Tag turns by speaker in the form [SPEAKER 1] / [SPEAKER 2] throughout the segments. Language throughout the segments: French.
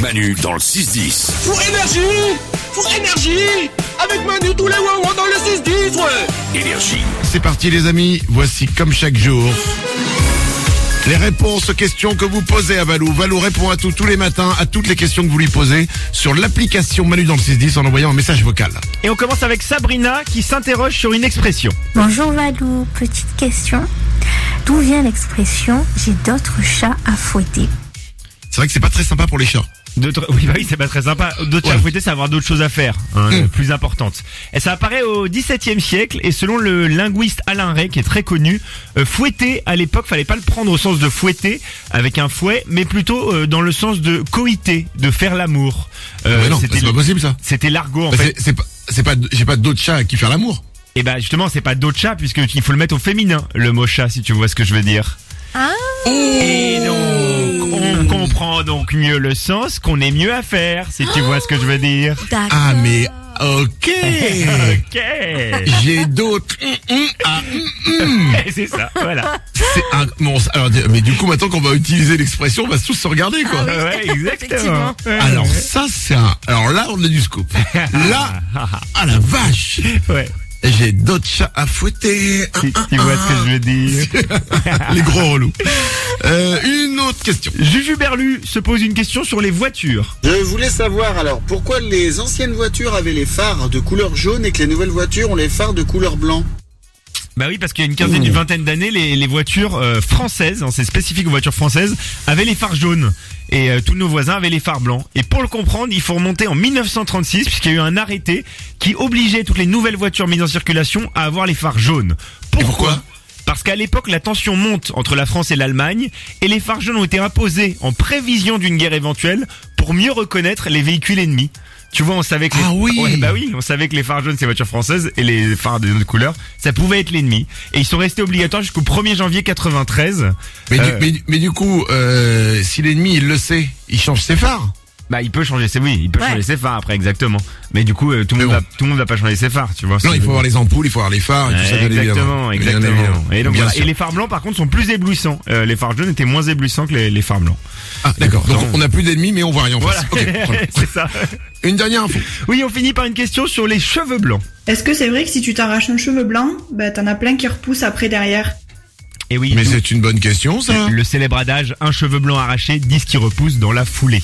[SPEAKER 1] Manu dans le 6-10.
[SPEAKER 2] Pour énergie Pour énergie Avec Manu tous les wouah dans le 6-10, ouais
[SPEAKER 1] Énergie.
[SPEAKER 3] C'est parti les amis, voici comme chaque jour les réponses aux questions que vous posez à Valou. Valou répond à tout tous les matins, à toutes les questions que vous lui posez sur l'application Manu dans le 610 en envoyant un message vocal.
[SPEAKER 4] Et on commence avec Sabrina qui s'interroge sur une expression.
[SPEAKER 5] Bonjour Valou, petite question. D'où vient l'expression j'ai d'autres chats à fouetter
[SPEAKER 3] C'est vrai que c'est pas très sympa pour les chats.
[SPEAKER 4] D'autres, oui, bah oui, c'est pas très sympa. D'autres
[SPEAKER 3] Ouais.
[SPEAKER 4] chats fouettés, c'est avoir d'autres choses à faire, hein,
[SPEAKER 3] Mm.
[SPEAKER 4] plus importantes. Et ça apparaît au XVIIe siècle, et selon le linguiste Alain Ray, qui est très connu, euh, fouetter, à l'époque, fallait pas le prendre au sens de fouetter, avec un fouet, mais plutôt euh, dans le sens de coïter, de faire l'amour. Euh,
[SPEAKER 3] Ouais, non,
[SPEAKER 4] c'était,
[SPEAKER 3] c'est pas possible ça.
[SPEAKER 4] c'était l'argot, en
[SPEAKER 3] Bah,
[SPEAKER 4] fait.
[SPEAKER 3] c'est- c'est pas, c'est pas, j'ai pas d'autres chats à qui faire l'amour.
[SPEAKER 4] Et bah, justement, c'est pas d'autres chats, puisque il faut le mettre au féminin, le mot chat, si tu vois ce que je veux dire. Et donc, on comprend donc mieux le sens qu'on est mieux à faire, si tu vois ce que je veux dire.
[SPEAKER 3] Ah mais ok.
[SPEAKER 4] Ok.
[SPEAKER 3] J'ai d'autres. Ah,
[SPEAKER 4] c'est ça, voilà.
[SPEAKER 3] c'est un. bon, alors, mais du coup maintenant qu'on va utiliser l'expression, on va tous se regarder quoi.
[SPEAKER 4] Ouais, exactement.
[SPEAKER 6] Effectivement.
[SPEAKER 4] Ouais.
[SPEAKER 3] Alors ça c'est un. Alors là on a du scoop. Là, ah la vache.
[SPEAKER 4] ouais.
[SPEAKER 3] J'ai d'autres chats à fouetter. Ah,
[SPEAKER 4] Tu,
[SPEAKER 3] ah,
[SPEAKER 4] tu vois ce que je veux dire.
[SPEAKER 3] ah. Les gros relous. Euh, une autre question.
[SPEAKER 4] Juju Berlu se pose une question sur les voitures.
[SPEAKER 7] Je voulais savoir alors pourquoi les anciennes voitures avaient les phares de couleur jaune et que les nouvelles voitures ont les phares de couleur blanc.
[SPEAKER 4] Bah oui, parce qu'il y a une
[SPEAKER 3] Mmh.
[SPEAKER 4] quinzaine, une vingtaine d'années, les, les voitures euh, françaises, hein, c'est spécifique aux voitures françaises, avaient les phares jaunes. Et euh, tous nos voisins avaient les phares blancs. Et pour le comprendre, il faut remonter en 1936, puisqu'il y a eu un arrêté qui obligeait toutes les nouvelles voitures mises en circulation à avoir les phares jaunes.
[SPEAKER 3] pourquoi
[SPEAKER 4] Parce qu'à l'époque, la tension monte entre la France et l'Allemagne, et les phares jaunes ont été imposés en prévision d'une guerre éventuelle pour mieux reconnaître les véhicules ennemis. Tu vois, on savait que les...
[SPEAKER 3] Ah oui
[SPEAKER 4] Ouais, bah oui, on savait que les phares jaunes, c'est voitures françaises, et les phares de notre couleur, ça pouvait être l'ennemi. Et ils sont restés obligatoires jusqu'au 1er janvier 93.
[SPEAKER 3] Mais,
[SPEAKER 4] Euh.
[SPEAKER 3] du, mais, mais du coup, euh, si l'ennemi il le sait, il change ses phares.
[SPEAKER 4] Bah, il peut changer ses, oui, il peut
[SPEAKER 6] Ouais.
[SPEAKER 4] changer ses phares après, exactement. Mais du coup, euh, tout le
[SPEAKER 3] Mais
[SPEAKER 4] monde,
[SPEAKER 3] bon.
[SPEAKER 4] va, tout le monde va pas changer ses phares, tu vois.
[SPEAKER 3] Non,
[SPEAKER 4] C'est-
[SPEAKER 3] il faut avoir les ampoules, il faut avoir les phares et tout ça.
[SPEAKER 4] Ouais,
[SPEAKER 3] bien évidemment.
[SPEAKER 4] exactement,
[SPEAKER 3] Bien
[SPEAKER 4] exactement.
[SPEAKER 3] évidemment.
[SPEAKER 4] Et, donc,
[SPEAKER 3] Bien
[SPEAKER 4] voilà.
[SPEAKER 3] sûr.
[SPEAKER 4] Et les phares blancs, par contre, sont plus éblouissants. Euh, les phares jaunes étaient moins éblouissants que les, les phares blancs.
[SPEAKER 3] Ah, d'accord. Donc
[SPEAKER 4] Pourtant-
[SPEAKER 3] on n'a plus d'ennemis, mais on voit rien en face. Ok, voilà.
[SPEAKER 4] c'est ça.
[SPEAKER 3] Une dernière info.
[SPEAKER 4] Oui, on finit par une question sur les cheveux blancs.
[SPEAKER 8] Est-ce que c'est vrai que si tu t'arraches un cheveu blanc, bah, t'en as plein qui repoussent après derrière
[SPEAKER 4] Et oui,
[SPEAKER 3] Mais
[SPEAKER 4] d'où
[SPEAKER 3] c'est une bonne question, ça.
[SPEAKER 4] le célèbre adage un cheveu blanc arraché, 10 qui repoussent dans la foulée.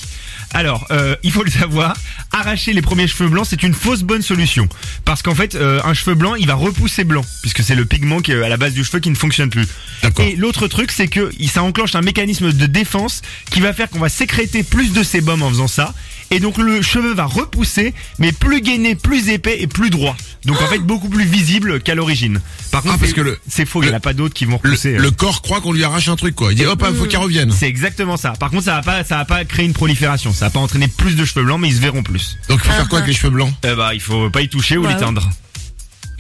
[SPEAKER 4] Alors, euh, il faut le savoir, arracher les premiers cheveux blancs, c'est une fausse bonne solution. Parce qu'en fait, euh, un cheveu blanc, il va repousser blanc, puisque c'est le pigment qui est à la base du cheveu qui ne fonctionne plus.
[SPEAKER 3] D'accord.
[SPEAKER 4] Et l'autre truc, c'est que il- ça enclenche un mécanisme de défense qui va faire qu'on va sécréter plus de sébum en faisant ça. Et donc le cheveu va repousser, mais plus gainé, plus épais et plus droit. Donc en fait beaucoup plus visible qu'à l'origine. Par contre,
[SPEAKER 3] Ah, parce
[SPEAKER 4] c'est-
[SPEAKER 3] que le-
[SPEAKER 4] c'est faux, il n'y en
[SPEAKER 3] le-
[SPEAKER 4] a pas d'autres qui vont
[SPEAKER 3] Le,
[SPEAKER 4] repousser. euh.
[SPEAKER 3] le corps croit qu'on lui arrache un truc, quoi. Il dit hop, ah, faut qu'il revienne.
[SPEAKER 4] C'est exactement ça. Par contre, ça va pas, ça va pas créer une prolifération. Ça va pas entraîner plus de cheveux blancs, mais ils se verront plus.
[SPEAKER 3] Donc faut faire quoi avec les cheveux blancs
[SPEAKER 4] Eh bah, il faut pas y toucher ou
[SPEAKER 6] Bah
[SPEAKER 4] les
[SPEAKER 6] oui.
[SPEAKER 4] teindre.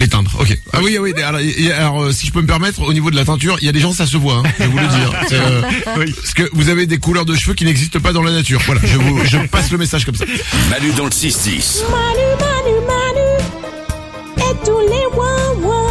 [SPEAKER 3] Les teindre. Ok. Ah oui, ah oui. Alors, il y a- alors, euh, si je peux me permettre, au niveau de la teinture, il y a des gens ça se voit. hein, je vais vous le dire. C'est, euh,
[SPEAKER 4] Oui.
[SPEAKER 3] Parce que vous avez des couleurs de cheveux qui n'existent pas dans la nature. Voilà, je, vous, je passe le message comme ça.
[SPEAKER 1] Manu dans le 6-10.
[SPEAKER 9] Manu, Manu, Manu, et tous les ouin-ouin.